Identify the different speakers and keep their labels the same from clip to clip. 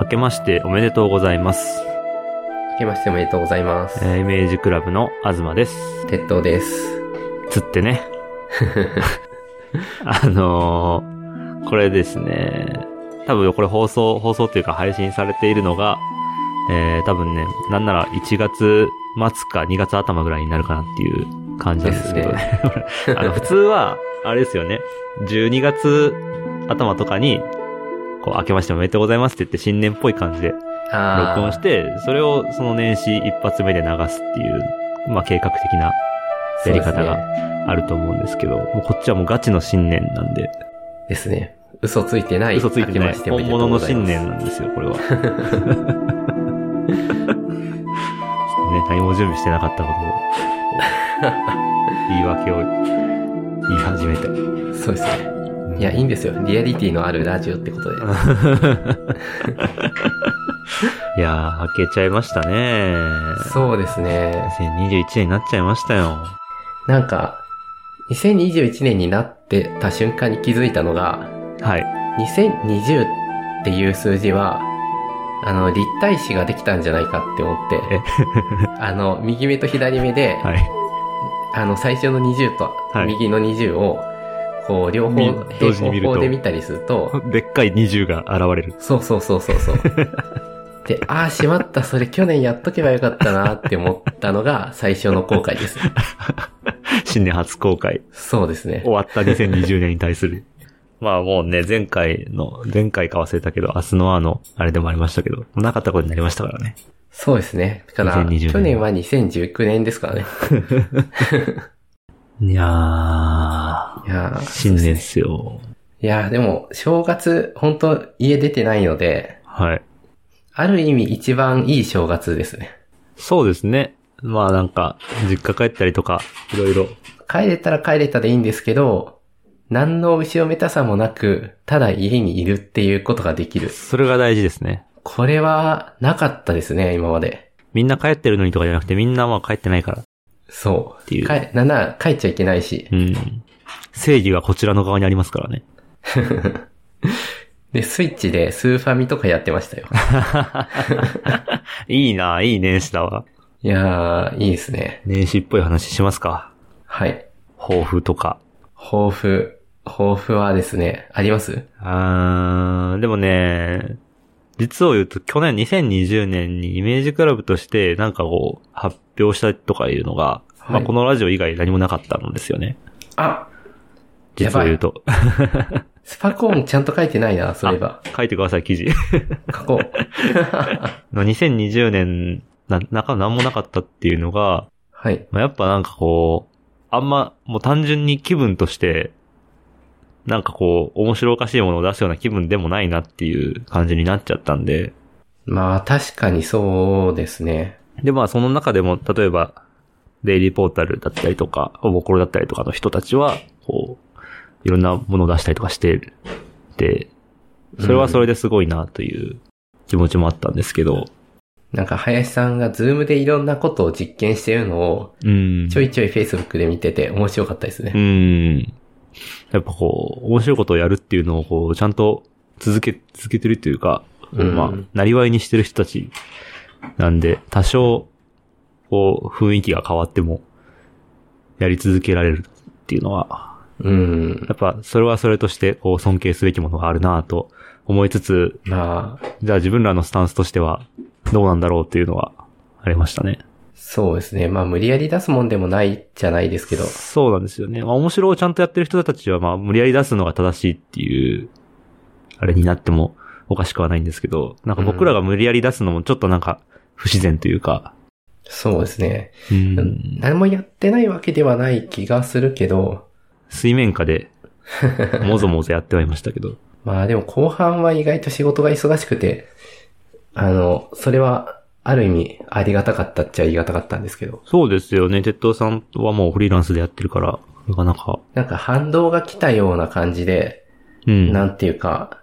Speaker 1: 明けましておめでとうございます。
Speaker 2: 明けましておめでとうございます。
Speaker 1: えーイメージクラブの東です。
Speaker 2: 鉄塔です。
Speaker 1: つって ね。あのーこれですね。多分これ放送、放送というか配信されているのが、えー多分ね、なんなら1月末か2月頭ぐらいになるかなっていう感じなんですけどね。 あの、普通は、あれですよね。12月頭とかに、こう、明けましておめでとうございますって言って新年っぽい感じで
Speaker 2: あー
Speaker 1: 録音して、それをその年始一発目で流すっていう、まあ計画的なやり方があると思うんですけど、もうこっちはもうガチの新年なんで、
Speaker 2: そうですね。ですね嘘ついてない。
Speaker 1: 嘘ついてな
Speaker 2: 明
Speaker 1: い
Speaker 2: けましておめ
Speaker 1: 本
Speaker 2: でと
Speaker 1: 物の
Speaker 2: うござい
Speaker 1: 新
Speaker 2: ます
Speaker 1: 年なんですよ、こ れは。ね、何も準備してなかったことを、言い訳を言い始めて。
Speaker 2: そうですね。いや、いいんですよ。リアリティのあるラジオってことで。
Speaker 1: いやー、開けちゃいま したね。
Speaker 2: そうですね。
Speaker 1: 2021年になっちゃいましたよ。
Speaker 2: なんか、2021年になってた瞬間に気づいたのが、
Speaker 1: はい。
Speaker 2: 2020っていう数字は、あの、立体詞ができたんじゃないかって思って
Speaker 1: え、
Speaker 2: あの、右目と左目で、
Speaker 1: はい。
Speaker 2: あの、最初の20と
Speaker 1: はい
Speaker 2: 右の20を、こう、両方
Speaker 1: み同
Speaker 2: 平
Speaker 1: 時に見る
Speaker 2: 行
Speaker 1: と
Speaker 2: 法で見たりすると、
Speaker 1: でっかい20が現れる。
Speaker 2: そうそうそうそう そう。で、ああ、しまった、それ去年やっとけばよかったなって思ったのが最初の後悔です。
Speaker 1: 新年初公開。
Speaker 2: そうですね
Speaker 1: 終。わった2020年に対する。 まあもうね、前回の、前回か忘れたけど、明日のあの、あれでもありましたけど、なかったことになりましたからね。
Speaker 2: そうですね。だから、
Speaker 1: 2020年
Speaker 2: 去年は2019年ですからね。
Speaker 1: いやー、
Speaker 2: いやー
Speaker 1: 新年っすよ。
Speaker 2: いやーでも、正月、本当家出てないので、
Speaker 1: はい。
Speaker 2: ある意味一番いい正月ですね。
Speaker 1: そうですね。まあなんか、実家帰ったりとか、いろいろ。
Speaker 2: 帰れたら帰れたでいいんですけど、何の後ろめたさもなく、ただ家にいるっていうことができる。
Speaker 1: それが大事ですね。
Speaker 2: これは、なかったですね、今まで。
Speaker 1: みんな帰ってるのにとかじゃなくて、みんなまあ帰ってないから。
Speaker 2: そう。
Speaker 1: っていう
Speaker 2: 帰なんなら帰っちゃいけないし。
Speaker 1: うん。正義はこちらの側にありますからね。
Speaker 2: で、スイッチでスーファミとかやってました よ。
Speaker 1: いいなぁ、いい年始だわ。
Speaker 2: いやー、いいですね。
Speaker 1: 年始っぽい話しますか。
Speaker 2: はい。
Speaker 1: 抱負とか。
Speaker 2: 抱負。抱負はですね、あります
Speaker 1: あー、でもね、実を言うと去年2020年にイメージクラブとしてなんかこう発表したとかいうのが、
Speaker 2: はい
Speaker 1: まあこのラジオ以外何もなかったんですよね。
Speaker 2: あ
Speaker 1: 実
Speaker 2: や
Speaker 1: を
Speaker 2: ばい
Speaker 1: 言うと。
Speaker 2: スパコーンちゃんと書いてないな、そういえば。
Speaker 1: 書いてください、記事。
Speaker 2: 書こう。
Speaker 1: の2020年、な、中何もなかったっていうのが、
Speaker 2: はい。
Speaker 1: まあ、やっぱなんかこう、あんま、もう単純に気分として、なんかこう、面白おかしいものを出すような気分でもないなっていう感じになっちゃったんで、
Speaker 2: まあ、確かにそうですね。
Speaker 1: でまあその中でも、例えば、デイリーポータルだったりとか、おぼころだったりとかの人たちは、こう、いろんなものを出したりとかしてる。で、それはそれですごいなという気持ちもあったんですけど、
Speaker 2: なんか、林さんがズームでいろんなことを実験してるのを、
Speaker 1: うん。
Speaker 2: ちょいちょい Facebook で見てて面白かったですね。
Speaker 1: うん。やっぱこう、面白いことをやるっていうのをこう、ちゃんと続け、続けてるというか、
Speaker 2: うん
Speaker 1: まあ、なりわいにしてる人たちなんで、多少、こう、雰囲気が変わっても、やり続けられるっていうのは、
Speaker 2: うん。
Speaker 1: やっぱ、それはそれとして、こう、尊敬すべきものがあるなぁと思いつつ、
Speaker 2: まあ、
Speaker 1: じゃあ自分らのスタンスとしては、どうなんだろうっていうのは、ありましたね。
Speaker 2: そうですね。まあ、無理やり出すもんでもないじゃないですけど。
Speaker 1: そうなんですよね。まあ、面白をちゃんとやってる人たちは、まあ、無理やり出すのが正しいっていう、あれになってもおかしくはないんですけど、なんか僕らが無理やり出すのもちょっとなんか、不自然というか、
Speaker 2: そうですね。
Speaker 1: うん、
Speaker 2: 何もやってないわけではない気がするけど、
Speaker 1: 水面下で、もぞもぞやってはいましたけど。
Speaker 2: まあでも後半は意外と仕事が忙しくて、あの、それはある意味ありがたかったっちゃありがたかったんですけど、
Speaker 1: そうですよね。鉄道さんはもうフリーランスでやってるから、なかなか。
Speaker 2: なんか反動が来たような感じで、
Speaker 1: うん。
Speaker 2: なんていうか、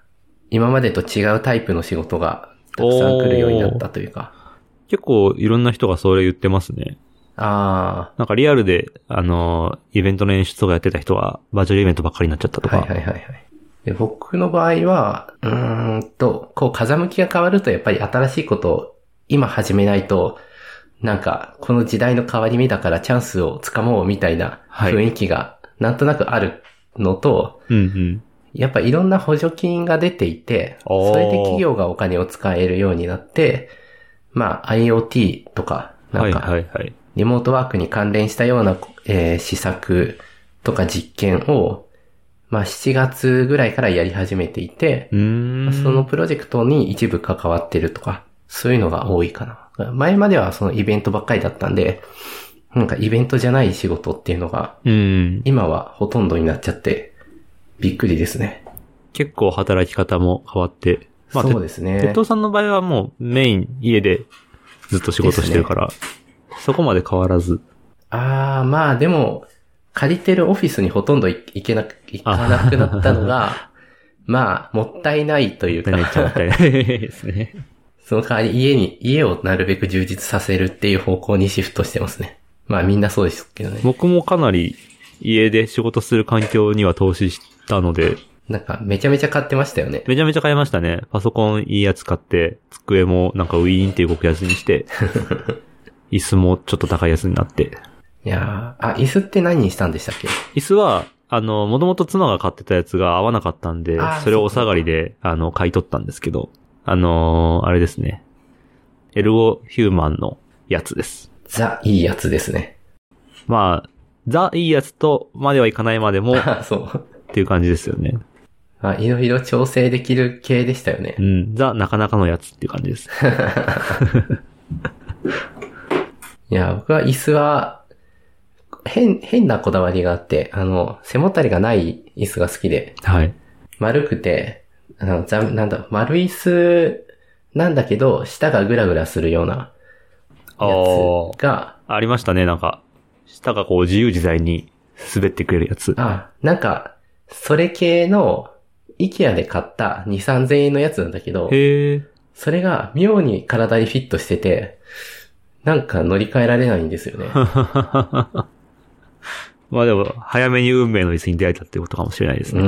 Speaker 2: 今までと違うタイプの仕事がたくさん来るようになったというか、
Speaker 1: 結構いろんな人がそれ言ってますね。
Speaker 2: あ
Speaker 1: なんかリアルで、あのーイベントの演出とかやってた人は、バーチャルイベントばっかりになっちゃったと
Speaker 2: あ、
Speaker 1: か。
Speaker 2: はいはいはいはい。で僕の場合は、うーんと、こう風向きが変わるとやっぱり新しいことを今始めないと、なんかこの時代の変わり目だからチャンスをつかもうみたいな
Speaker 1: はい
Speaker 2: 雰囲気がなんとなくあるのと、
Speaker 1: うんうん。
Speaker 2: やっぱいろんな補助金が出ていて、
Speaker 1: おー
Speaker 2: それで企業がお金を使えるようになって、まあ IoT とか、な
Speaker 1: は
Speaker 2: ん
Speaker 1: い
Speaker 2: か、
Speaker 1: はいはい。
Speaker 2: リモートワークに関連したような、えー施策とか実験を、まあ7月ぐらいからやり始めていて、
Speaker 1: うーん。
Speaker 2: そのプロジェクトに一部関わってるとか、そういうのが多いかな。前まではそのイベントばっかりだったんで、なんかイベントじゃない仕事っていうのが、
Speaker 1: うん。
Speaker 2: 今はほとんどになっちゃって、びっくりですね。
Speaker 1: 結構働き方も変わって。まあ、
Speaker 2: そうですね。
Speaker 1: 鉄道さんの場合はもうメイン家でずっと仕事してるから、そこまで変わらず。
Speaker 2: ああ、まあでも、借りてるオフィスにほとんど行けなく、行かなくなったのが、まあ、もったいないという
Speaker 1: でね、ちゃみ
Speaker 2: か、
Speaker 1: たいなですね。
Speaker 2: その代わり家に、家をなるべく充実させるっていう方向にシフトしてますね。まあみんなそうですけどね。
Speaker 1: 僕もかなり家で仕事する環境には投資したので、
Speaker 2: なんか、めちゃめちゃ買ってましたよね。
Speaker 1: めちゃめちゃ買いましたね。パソコンいいやつ買って、机もなんかウィーンって動くやつに して、椅子もちょっと高いやつになって。
Speaker 2: いやーあ、椅子って何にしたんでしたっけ
Speaker 1: 椅子は、あの、もともと妻が買ってたやつが合わなかったんで
Speaker 2: あー、
Speaker 1: それをお下がりで、あの、買い取ったんですけど、あのーあれですね。エルゴヒューマンのやつです。
Speaker 2: ザ、いいやつですね。
Speaker 1: まあ、ザいいやつとまではいかないまでもっ
Speaker 2: あ そう。
Speaker 1: ていう感じですよね。
Speaker 2: あ、いろいろ調整できる系でしたよね
Speaker 1: う。ん、ザなかなかのやつっていう感じです。
Speaker 2: いや、僕は椅子は、変、変なこだわりがあって、あの、背もたれがない椅子が好きで、
Speaker 1: はい。
Speaker 2: 丸くて、あの、ざなんだ、丸椅子なんだけど、下がグラグラするような
Speaker 1: あ
Speaker 2: や
Speaker 1: ー
Speaker 2: つが、
Speaker 1: ありましたね、なんか。下がこう自由自在に滑ってくれるやつ。
Speaker 2: あ、なんか、それ系の、IKEA で買った2、3000円のやつなんだけど、
Speaker 1: へえ。
Speaker 2: それが妙に体にフィットしてて、なんか乗り換えられないんで すよね。
Speaker 1: まあでも、早めに運命の椅子に出会えたってことかもしれないです
Speaker 2: うー
Speaker 1: ね。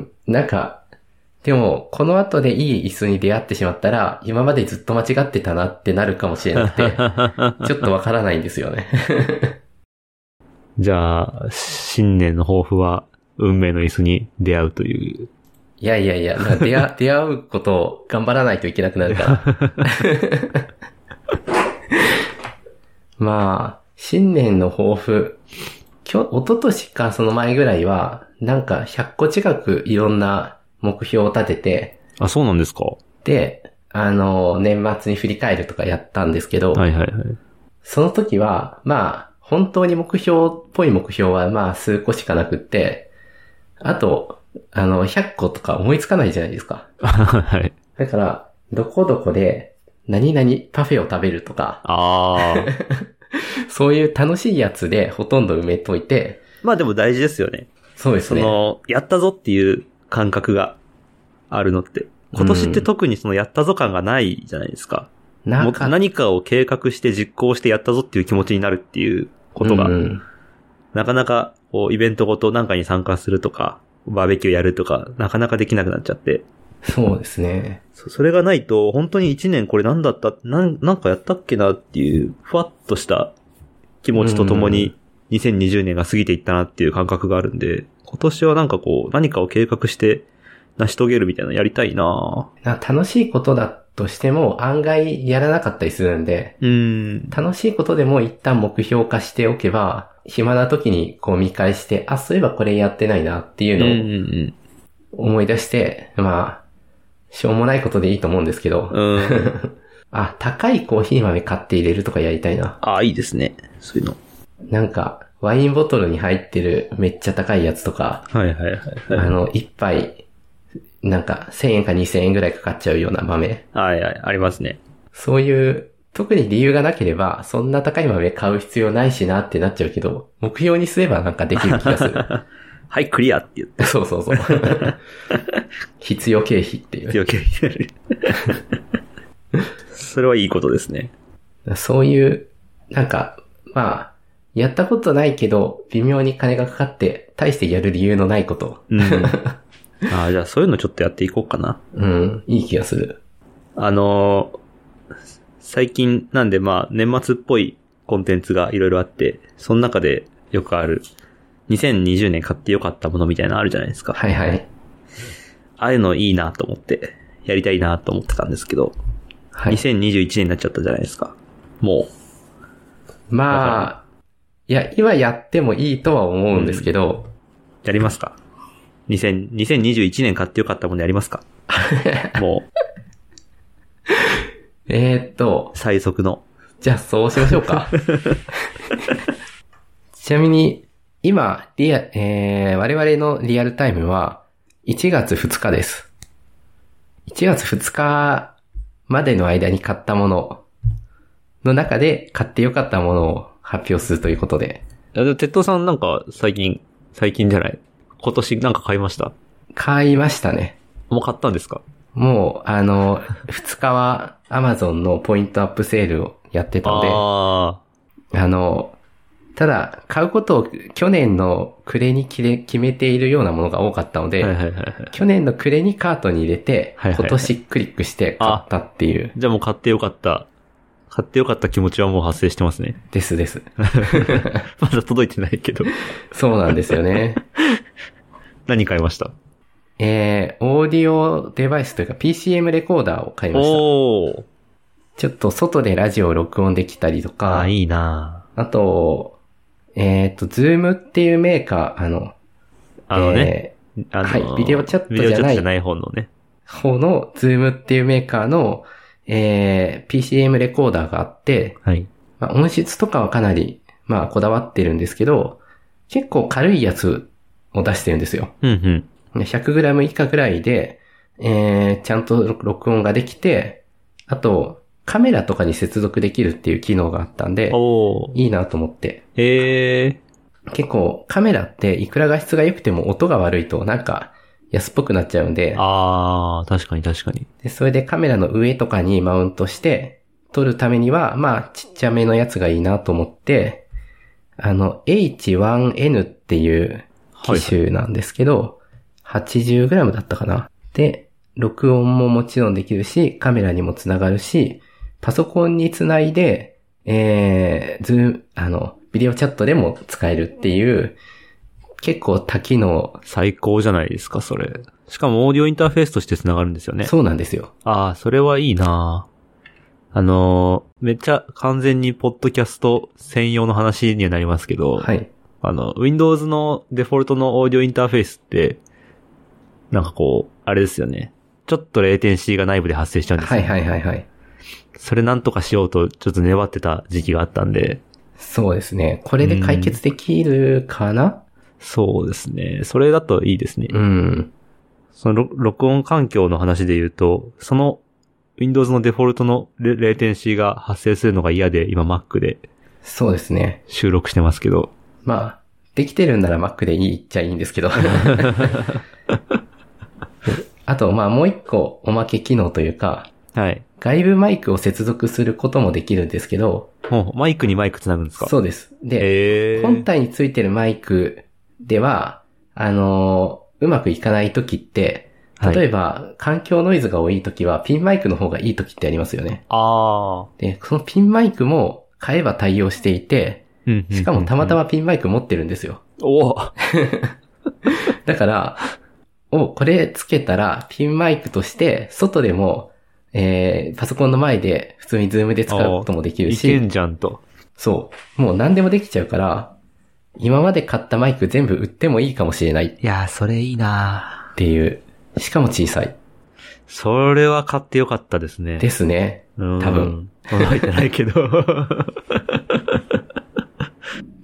Speaker 2: ん。なんか、でも、この後でいい椅子に出会ってしまったら、今までずっと間違ってたなってなるかもしれなくて、ちょっとわからないんですよね。
Speaker 1: じゃあ、新年の抱負は、運命の椅子に出会うという。
Speaker 2: いやいやいや、まあ出会、出会うことを頑張らないといけなくなるから。まあ、新年の抱負。今日、一昨年かその前ぐらいは、なんか100個近くいろんな目標を立てて、
Speaker 1: あ、そうなんですかは
Speaker 2: で、あの、年末に振り返るとかやったんですけど、
Speaker 1: いはいはい。
Speaker 2: その時は、まあ、本当に目標っぽい目標はまあ数個しかなくって、あと、あの、100個とか思いつかないじゃないですか。
Speaker 1: はい。
Speaker 2: だから、どこどこで、何々パフェを食べるとか、
Speaker 1: ああ。
Speaker 2: そういう楽しいやつでほとんど埋めといて、
Speaker 1: まあでも大事ですよね。
Speaker 2: そうです
Speaker 1: そ
Speaker 2: ね。
Speaker 1: の、やったぞっていう感覚があるのって。今年って特にそのやったぞ感がないじゃないですか。
Speaker 2: な
Speaker 1: も
Speaker 2: んか、
Speaker 1: 何かを計画して実行してやったぞっていう気持ちになるっていうことが、
Speaker 2: うんうん
Speaker 1: なかなかこうイベントごとなんかに参加するとか、バーベキューやるとか、なかなかできなくなっちゃって。
Speaker 2: そうですね。
Speaker 1: そそれがないと、本当に一年これ何だった、なん、なんかやったっけなっていう、ふわっとした気持ちとともに、2020年が過ぎていったなっていう感覚があるんで、今年はなんかこう、何かを計画して成し遂げるみたいなのやりたいな
Speaker 2: な楽しいことだとしても案外やらなかったりするんで、
Speaker 1: うーん。
Speaker 2: 楽しいことでも一旦目標化しておけば、暇な時にこう見返して、あ、そういえばこれやってないなってい
Speaker 1: うんうん
Speaker 2: うの
Speaker 1: うん。
Speaker 2: を思い出して、まあ、しょうもないことでいいと思うんですけど、
Speaker 1: うん。
Speaker 2: あ、高いコーヒー豆買って入れるとかやりたいな。
Speaker 1: ああ、いいですね。そういうの。
Speaker 2: なんか、ワインボトルに入ってるめっちゃ高いやつとか、
Speaker 1: はいはいはい
Speaker 2: あ
Speaker 1: はい。
Speaker 2: の、一杯、なんか1000円か2000円ぐらいかかっちゃうような豆。
Speaker 1: はいはい、ありますね。
Speaker 2: そういう、特に理由がなければ、そんな高い豆買う必要ないしなってなっちゃうけど、目標にすればなんかできる気がする。
Speaker 1: はい、クリアって言って。
Speaker 2: そうそうそう。必要経費っていう。
Speaker 1: 余計になる。 それはいいことですね。
Speaker 2: そういう、なんか、まあ、やったことないけど、微妙に金がかかって、大してやる理由のないこと。
Speaker 1: うん。ああ、じゃあそういうのちょっとやっていこうかな。
Speaker 2: うん、いい気がする。
Speaker 1: あのー最近なんでまあ年末っぽいコンテンツがいろいろあって、その中でよくある、2020年買ってよかったものみたいなのあるじゃないですか。
Speaker 2: はいはい。
Speaker 1: ああいうのいいなと思って、やりたいなと思ってたんですけど、
Speaker 2: はい。
Speaker 1: 2021年になっちゃったじゃないですか。もわ
Speaker 2: まあ、いや、今やってもいいとは思うんですけど、
Speaker 1: う、やりますか ?2000 2021年買ってよかったものやります かもう、
Speaker 2: えーっと、
Speaker 1: 最速の。
Speaker 2: じゃあそうしましょうか。 ちなみに、今、リア、えー、我々のリアルタイムは、1月2日です。1月2日までの間に買ったものの中で買ってよかったものを発表するということで、
Speaker 1: いやでも鉄道さんなんか最近、最近じゃない。今年なんか買いました
Speaker 2: 買いましたね。
Speaker 1: もう買ったんですか
Speaker 2: もう、あの、2日は Amazon のポイントアップセールをやってたので、
Speaker 1: あ
Speaker 2: あの、ただ、買うことを去年の暮れに決め決めているようなものが多かったの
Speaker 1: あ。
Speaker 2: で、
Speaker 1: はいはいはいはい。
Speaker 2: 去年の暮れにカートに入れて、
Speaker 1: はいはいはい
Speaker 2: 今年クリックして買ったっていう、
Speaker 1: じゃあもう買ってよかった。買ってよかった気持ちはもう発生してますね。
Speaker 2: ですです。
Speaker 1: まだ届いてないけど。
Speaker 2: そうなんです よね。
Speaker 1: 何買いました
Speaker 2: えー、オーディオデバイスというか PCM レコーダーを買いました。
Speaker 1: おー。
Speaker 2: ちょっと外でラジオを録音できたりと
Speaker 1: あ
Speaker 2: か、
Speaker 1: あ、いいな
Speaker 2: あと、えっ、と、ズームっていうメーカー、あの、
Speaker 1: あのね、
Speaker 2: えー
Speaker 1: あの
Speaker 2: はいビデオチャットじゃな
Speaker 1: ビデオ
Speaker 2: い
Speaker 1: チャットじゃない方のね。
Speaker 2: 方のズームっていうメーカーの、えー PCM レコーダーがあって、
Speaker 1: はい。
Speaker 2: まあ、音質とかはかなり、まあ、こだわってるんですけど、結構軽いやつを出してるんですよ。
Speaker 1: うんうん。
Speaker 2: 100g 以下ぐらいで、えーちゃんと録録音ができて、あと、カメラとかに接続できるっていう機能があったんで、
Speaker 1: おー。
Speaker 2: いいなと思って。
Speaker 1: ええ
Speaker 2: 結構、カメラっていくら画質が良くても音が悪いと、なんか、安っぽくなっちゃうんで
Speaker 1: ー。、ああ、確かに確かに。
Speaker 2: で、それでカメラの上とかにマウントして、撮るためには、まあ、ちっちゃめのやつがいいなと思って、あの、H1N っていう
Speaker 1: はい
Speaker 2: 機種なんですけど、80g だったかな。で、録音ももちろんできるし、カメラにもつながるし、パソコンにつないで、えー、ズーム、あの、ビデオチャットでも使えるっていう、結構多機能、
Speaker 1: 最高じゃないですか、それ。しかもオーディオインターフェースとして繋がるんですよね。
Speaker 2: そうなんですよ。
Speaker 1: ああ、それはいいなあのー、めっちゃ完全にポッドキャスト専用の話にはなりますけど、
Speaker 2: はい。
Speaker 1: あの、Windows のデフォルトのオーディオインターフェースって、なんかこう、あれですよね。ちょっとレイテンシーが内部で発生しちゃうんです
Speaker 2: は
Speaker 1: よ
Speaker 2: いはいはいはい。
Speaker 1: それなんとかしようと、ちょっと粘ってた時期があったんで、
Speaker 2: そうですね。これで解決できるかな
Speaker 1: そうですね。それだといいですね。
Speaker 2: うん。
Speaker 1: その録録音環境の話で言うと、その Windows のデフォルトのレレイテンシーが発生するのが嫌で、今 Mac で
Speaker 2: そうですね。
Speaker 1: 収録してますけど。
Speaker 2: まあ、できてるんなら Mac でいいっちゃいいん ですけど。あと、まあもう一個おまけ機能というか、
Speaker 1: はい。
Speaker 2: 外部マイクを接続することもできるんですけど、
Speaker 1: もうマイクにマイクつなぐんですかう。
Speaker 2: そうです。で、
Speaker 1: えー、
Speaker 2: 本体についてるマイクでは、あのーうまくいかない時って、例え
Speaker 1: ば。
Speaker 2: ば、環境ノイズが多い時は、ピンマイクの方がいい時ってありますよね。
Speaker 1: あ
Speaker 2: で、そのピンマイクも買えば対応していて、
Speaker 1: ーうんうんうんうん。
Speaker 2: しかもたまた
Speaker 1: ま。
Speaker 2: まピンマイク持ってるんですよ。
Speaker 1: おー
Speaker 2: だから、お、これつけたらピンマイクとして、外でも、えー、パソコンの前で普通にズームで使うこともできる
Speaker 1: いけん
Speaker 2: し、
Speaker 1: じゃんと。
Speaker 2: そう。もう何でもできちゃうから、今まで買ったマイク全部売ってもいいかもしれないっ
Speaker 1: いやー、それいいな
Speaker 2: ていう。しかも小さい。
Speaker 1: ーそれは買ってよかったですね。
Speaker 2: ですね。
Speaker 1: うん。
Speaker 2: 多分。
Speaker 1: 届いてないけど。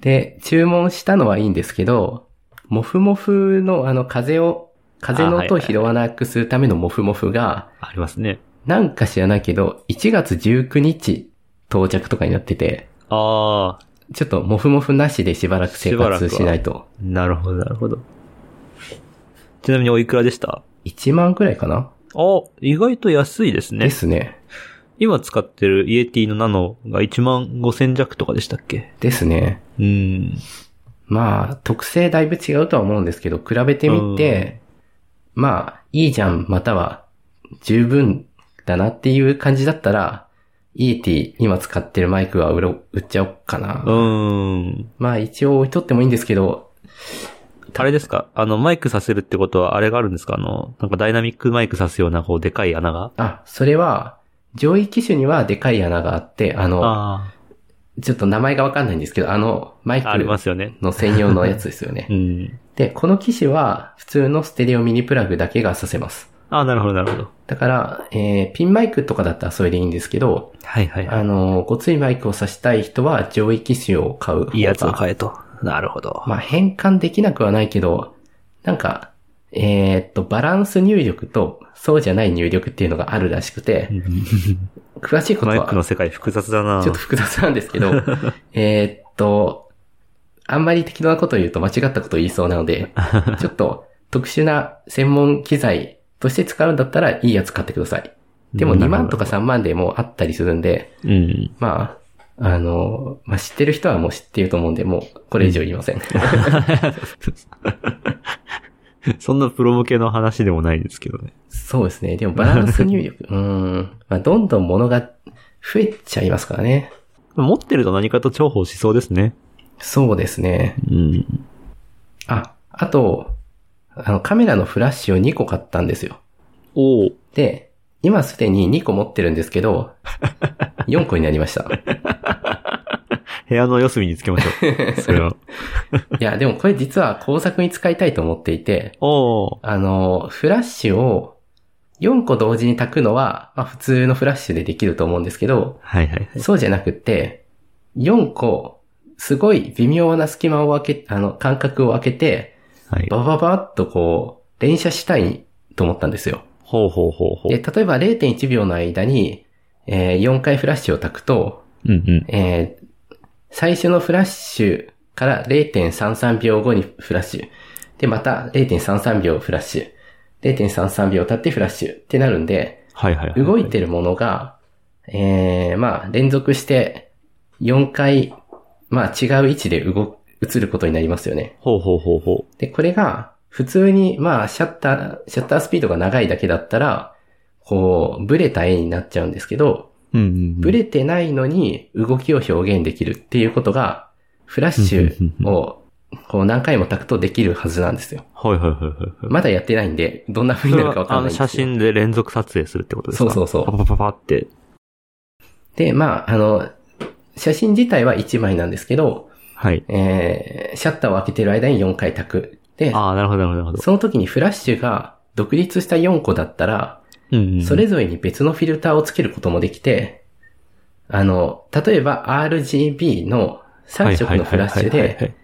Speaker 2: で、注文したのはいいんですけど、モフモフのあの風を、風の音を拾わなくするためのモフモフが、
Speaker 1: ありますね。
Speaker 2: なんか知らないけど、1月19日到着とかになってて、
Speaker 1: あー
Speaker 2: ちょっとモフモフなしでしばらく生活しないと。
Speaker 1: なるほど、なるほど。ちなみにおいくらでした
Speaker 2: 1万くらいかな、
Speaker 1: あ、意外と安いですね
Speaker 2: で。すね。
Speaker 1: 今使ってるイエティのナノが1万5000弱とかでしたっけ
Speaker 2: ですね。
Speaker 1: うん。
Speaker 2: まあ、特性だいぶ違うとは思うんですけど、比べてみて、まあ、いいじゃん、または、十分だなっていう感じだったら、ET、今使ってるマイクは売ろ売っちゃおうかな。
Speaker 1: うーん。
Speaker 2: まあ、一応置いとってもいいんですけど、
Speaker 1: あれですかあの、マイクさせるってことは、あれがあるんですかあの、なんかダイナミックマイクさすような、こう、でかい穴が
Speaker 2: あ、それは、上位機種にはでかい穴があって、あの、
Speaker 1: あ
Speaker 2: ちょっと名前がわかんないんですけど、あの、マイ
Speaker 1: あ、ありま
Speaker 2: ク
Speaker 1: すよね。
Speaker 2: の専用のやつですよね
Speaker 1: う。ん。
Speaker 2: で、この機種は、普通のステレオミニプラグだけがさせます。
Speaker 1: あなるほど、なるほど。
Speaker 2: だから、えーピンマイクとかだったらそれでいいんですけど、
Speaker 1: はいはいは
Speaker 2: あの、ごついマイクを挿したい人は上位機種を買う方が。
Speaker 1: い。いいやつを
Speaker 2: う。
Speaker 1: 買えと。なるほど。
Speaker 2: まあ、変換できなくはないけど、なんか、えーっと、バランス入力とそうじゃない入力っていうのがあるらしくて
Speaker 1: う、ん
Speaker 2: 詳しいこと
Speaker 1: マイ
Speaker 2: は
Speaker 1: クの世界複雑だな
Speaker 2: ちょっと複雑なんですけ ど、えーっと、あんまり適当なことを言うと間違ったことを言いそうなの で、ちょっと特殊な専門機材として使うんだったらいいやつ買ってください。でも
Speaker 1: うん
Speaker 2: 2万とか3万でもうあったりするんで、
Speaker 1: うん。
Speaker 2: まあ、あの、まあ、知ってる人はもう知っていると思うんで、もうこれ以上言いません。
Speaker 1: そんなプロ向けの話でもないんですけどね。
Speaker 2: そうですね。でもバランス入力、 うーん。まあ、どんどん物が増えちゃいますからね。
Speaker 1: 持ってると何かと重宝しそうですね。
Speaker 2: そうですね。
Speaker 1: うん。
Speaker 2: あ、あと、あの、カメラのフラッシュを2個買ったんですよ。
Speaker 1: おお。
Speaker 2: で、今すでに2個持ってるんです けど、4個になりました。い
Speaker 1: 部屋の四隅につけましょう。それは。
Speaker 2: や、でもこれ実は工作に使いたいと思っていて、
Speaker 1: おお。
Speaker 2: あの、フラッシュを4個同時に炊くのは、まあ普通のフラッシュでできると思うんですけど、
Speaker 1: はいはいはい。
Speaker 2: そうじゃなくて、4個、すごい微妙な隙間を開け、あの、間隔を開けて、
Speaker 1: はい。
Speaker 2: バババッとこう、連射したいと思ったんですよ。
Speaker 1: ほうほうほうほ
Speaker 2: で、
Speaker 1: う。
Speaker 2: 例えば0.1秒の間に、えー4回フラッシュを炊くと、
Speaker 1: うんうん。
Speaker 2: えー最初のフラッシュから0.33秒後にフラッシュ。で、また0.33秒フラッシュ。0.33秒経ってフラッシュってなるんで、
Speaker 1: はいはいはい。
Speaker 2: 動いてるものが、えーまあ、連続して4回、まあ、違う位置で動く、映ることになりますよね。
Speaker 1: ほうほうほうほ
Speaker 2: で、これが、普通に、まあ、シャッター、シャッタースピードが長いだけだったら、こう、ブレた絵になっちゃうんですけど、
Speaker 1: う。うんうん。
Speaker 2: ブレてないのに動きを表現できるっていうことが、フラッシュを、こう何回も炊くとできるはずなんですよ。
Speaker 1: はいはいはいはいはい。
Speaker 2: まだやってないんで、どんな風になるかわかんないんですけど。
Speaker 1: あの、写真で連続撮影するってことです
Speaker 2: そ
Speaker 1: か
Speaker 2: うそう
Speaker 1: パ
Speaker 2: そ
Speaker 1: パパパって。
Speaker 2: う。で、まあ、あの、写真自体は1枚なんですけど、
Speaker 1: はい。
Speaker 2: えー、シャッターを開けてる間に4回炊く。で、
Speaker 1: ああ、なるほどなるほどなるほど。
Speaker 2: その時にフラッシュが独立した4個だったら、
Speaker 1: うんうん。
Speaker 2: それぞれに別のフィルターをつけることもできて、あの、例えば RGB の3色のフラッシュ
Speaker 1: はいはいはいはい
Speaker 2: で、
Speaker 1: はい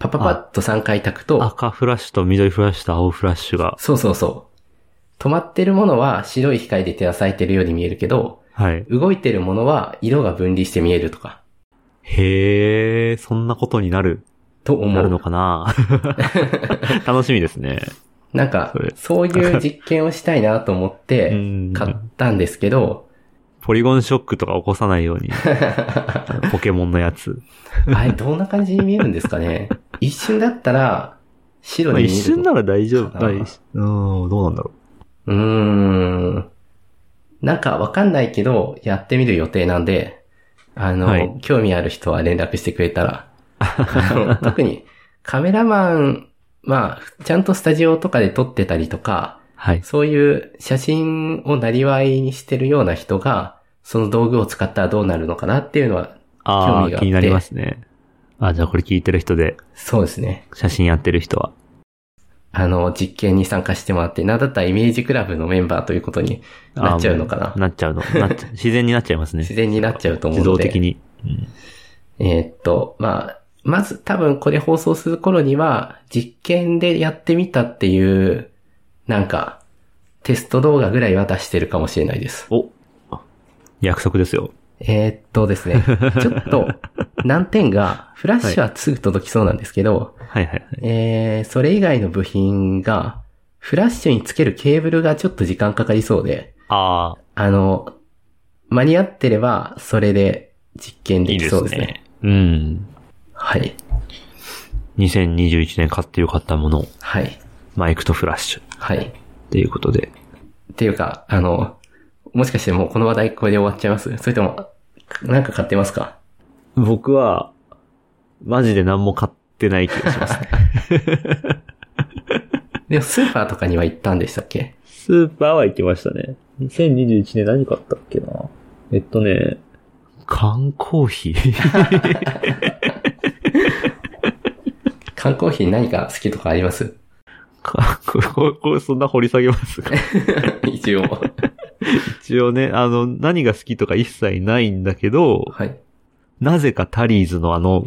Speaker 2: パパパッと3回炊くと、
Speaker 1: 赤フラッシュと緑フラッシュと青フラッシュが。
Speaker 2: そうそうそう。止まってるものは白い光で照らされてるように見えるけど、
Speaker 1: はい。
Speaker 2: 動いてるものは色が分離して見えるとか、
Speaker 1: へえ、そんなことになる、
Speaker 2: と思
Speaker 1: なるの
Speaker 2: う。
Speaker 1: か な楽しみですね。
Speaker 2: なんか
Speaker 1: それ、
Speaker 2: そういう実験をしたいなと思 っ
Speaker 1: う
Speaker 2: て
Speaker 1: ん。
Speaker 2: 買ったんですけ ど、
Speaker 1: ポリゴンショックとか起こさない ように。ポケモンのやつ。
Speaker 2: あれどんな感じに見えるんですかね一瞬だったら白
Speaker 1: まあ、
Speaker 2: に見え
Speaker 1: 一
Speaker 2: ると
Speaker 1: 瞬なら大丈夫。
Speaker 2: かな
Speaker 1: 大うん、どうなんだろ
Speaker 2: うーん。なんかわかんないけど、やってみる予定なんで、あの、
Speaker 1: はい
Speaker 2: 興味ある人は連絡してくれたら。あの特にカメラマン、まあ、ちゃんとスタジオとかで撮ってたりとか
Speaker 1: う。、はい。
Speaker 2: そういう写真をなりわいにしてるような人が、その道具を使ったらどうなるのかなっていうのは、
Speaker 1: あ
Speaker 2: 興
Speaker 1: あ、
Speaker 2: 味があっ
Speaker 1: 気
Speaker 2: て
Speaker 1: になりますね。あじゃあこれ聞いてる人で、
Speaker 2: そうですね。
Speaker 1: 写真やってる人は。
Speaker 2: あの、実験に参加してもらって、なんだったらイメージクラブのメンバーということになっちゃうのかな
Speaker 1: あーもうなっちゃうの。な っちゃ自然になっちゃいますね。
Speaker 2: 自然になっちゃうと思う
Speaker 1: 自
Speaker 2: の
Speaker 1: 動
Speaker 2: で。
Speaker 1: 的に。
Speaker 2: えーっと、まあ、まず多分これ放送する頃には、実験でやってみたっていう、なんか、テスト動画ぐらいは出してるかもしれないです。
Speaker 1: お約束ですよ。
Speaker 2: えーっとで すね、ちょっと難点が、フラッシュはすぐ届きそうなんですけど、
Speaker 1: はいはいはい。
Speaker 2: えー、それ以外の部品が、フラッシュにつけるケーブルがちょっと時間かかりそうで、
Speaker 1: ああ、
Speaker 2: あの、間に合ってれば、それで実験
Speaker 1: い
Speaker 2: で
Speaker 1: い
Speaker 2: き
Speaker 1: で
Speaker 2: そ
Speaker 1: す
Speaker 2: うですね。
Speaker 1: ね。うん。
Speaker 2: はい。
Speaker 1: 2021年買ってよかったもの、
Speaker 2: はい。
Speaker 1: マイクとフラッシュ
Speaker 2: はい。
Speaker 1: っていうことで。
Speaker 2: っていうか、あの、もしかしてもうこの話題これで終わっちゃいますそれとも、なんか買ってますか
Speaker 1: 僕は、マジで何も買ってない気がします。
Speaker 2: でもスーパーとかには行ったんでしたっけ
Speaker 1: スーパーは行きましたね。2021年何買ったっけなえっとね、缶コーヒー
Speaker 2: 缶コーヒー何か好きとかあります
Speaker 1: かこれ、これそんな掘り下げますか
Speaker 2: 一応。
Speaker 1: 一応ね、あの、何が好きとか一切ないんだけど、
Speaker 2: はい。
Speaker 1: なぜかタリーズのあの、